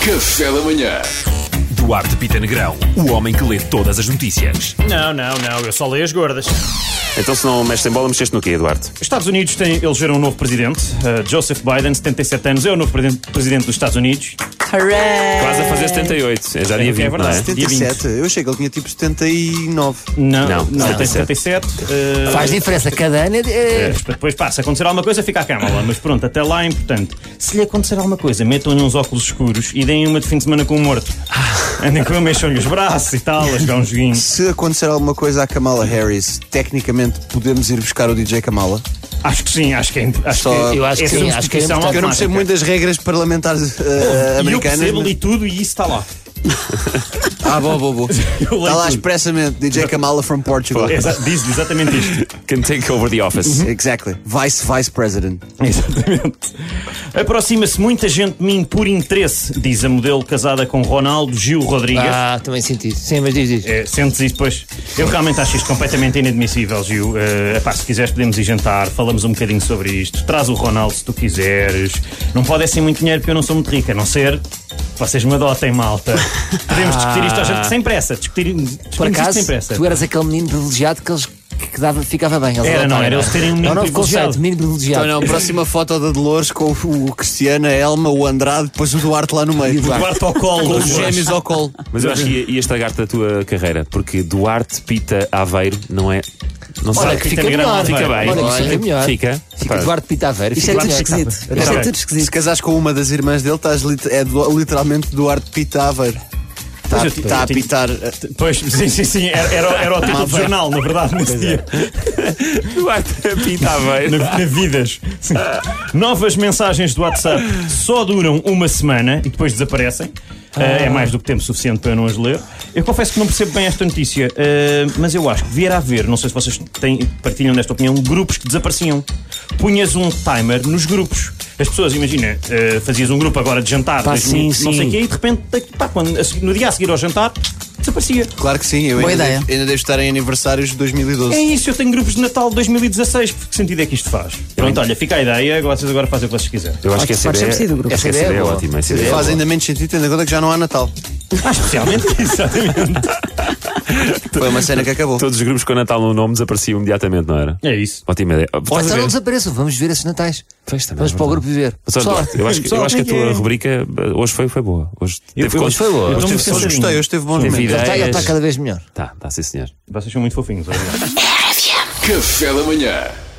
Café da manhã. Duarte Pita Negrão, o homem que lê todas as notícias. Não, não, não, eu só leio as gordas. Então, se não mexes em bola, mexeste no quê, Eduardo? Os Estados Unidos têm, elegeram um novo presidente, eh, Joseph Biden, 77 anos, é o novo presen- presidente dos Estados Unidos. Quase a fazer 78. É já É dia o que 20, é não é? verdade. Dia 77? Eu achei que ele tinha tipo 79. Não, Não, não, não. tem 77. eh, Faz diferença, cada ano é. de- eh, Depois passa, se acontecer alguma coisa, fica a Câmara. Mas pronto, até lá é importante. Se lhe acontecer alguma coisa, metam-lhe uns óculos escuros e deem uma de fim de semana com um morto. Ah. Andem com ele, mexam-lhe os braços e tal, a jogar um joguinho. Se acontecer alguma coisa à Kamala Harris, tecnicamente podemos ir buscar o DJ Kamala. Acho que sim, acho que é imp- acho Só- que Eu acho é que sim, acho que é substituição importante. Eu não percebo automática. muito das regras parlamentares eh, E eu americanas. percebo mas- li tudo e isso está lá. Ah, bom, bom, bom. Eu leio Está lá tudo. expressamente DJ Kamala from Portugal. Exa- Diz-lhe exatamente isto. Can take over the office. Exactly. Vice Vice President. Tá. Exatamente. Aproxima-se muita gente de mim por interesse, diz a modelo casada com Ronaldo Gil Rodrigues. Ah, também senti isso. Sim, mas diz, diz. É, sentes isso, pois. Eu realmente acho isto completamente inadmissível, Gil. Eh, epá, se quiseres, podemos ir jantar, falamos um bocadinho sobre isto. Traz o Ronaldo se tu quiseres. Não pode é ser muito dinheiro, porque eu não sou muito rica, a não ser. que Vocês me adotem, malta. Podemos discutir isto à gente sem pressa. Discutir, discutimos Por isto acaso, sem pressa. tu eras aquele menino privilegiado que eles que dava, ficava bem. Eles Era, adotaram. não, era eles terem um menino É novo privilegiado. conceito, menino privilegiado. Então, não, próxima foto da Dolores com o o Cristiano, a Elma, o Andrade, depois o Duarte lá no meio. Duarte ao colo. Com os gêmeos ao colo. Mas eu acho que ia, ia estragar-te a tua carreira, porque Duarte Pita Aveiro não é. Não Olha sabe. que Fica fica grande, melhor. fica bem. Olha que fica Fica. melhor. Fica. Fica Pá. Eduardo Pita Aveiro. Isto fica é tudo melhor. Então esquisito. Adoro. Isto é Então, bem. tudo Se esquisito. casares com uma das irmãs dele, estás lit- é do- literalmente Duarte Pita Aveiro. Está Pois eu tinha- tá a eu tinha- pitar. Pois, sim, sim, sim. Era, era, o- era o título do jornal, na verdade, nesse é. dia. Duarte Pita Na, Aveiro. na Vidas. Sim. Novas mensagens do WhatsApp só duram uma semana e depois desaparecem. Ah, é mais do que tempo suficiente para eu não as ler. Eu confesso que não percebo bem esta notícia, ah, mas eu acho que vier a haver, não sei se vocês têm, partilham desta opinião, grupos que desapareciam. Punhas um timer nos grupos. As pessoas, imagina, ah, fazias um grupo agora de jantar, Pá, dois sim, minutos, não sim. sei o quê, e de repente, pá, quando- a seguir- no dia a seguir ao jantar, desaparecia. Claro que sim, eu Boa ainda, ideia. Devo, ainda devo estar em aniversários de É 2012. isso, eu tenho grupos de Natal de 2016. Que sentido é que isto faz? Pronto, olha, fica a ideia, vocês agora fazem o que vocês quiserem. Eu acho que essa Pode ser preciso, ideia, grupo. acho que Essa essa ideia é ideia é boa. ótima. essa ideia é Faz boa. ainda menos sentido, tendo em conta que já não há Natal. Ah, especialmente isso, exatamente. Foi uma cena que acabou. Todos os grupos com Natal no nome desapareciam imediatamente, não era? É isso. Ótima ideia. Ou Estás a então não ver? desapareçam. Vamos ver esses natais. Pois, também Vamos é para o verdade. grupo viver. Mas, olha, Duarte, eu acho que, eu acho que a tua rubrica eh, hoje foi, foi boa. Hoje teve eu- cons- foi boa. hoje Eu não teve me esqueço cons- de mim. Gostei, hoje teve bons Teve momentos. vida. Ele está, ele está Ideias. cada vez melhor. Tá, tá, sim, senhor. Vocês são muito fofinhos, olha. Café da manhã.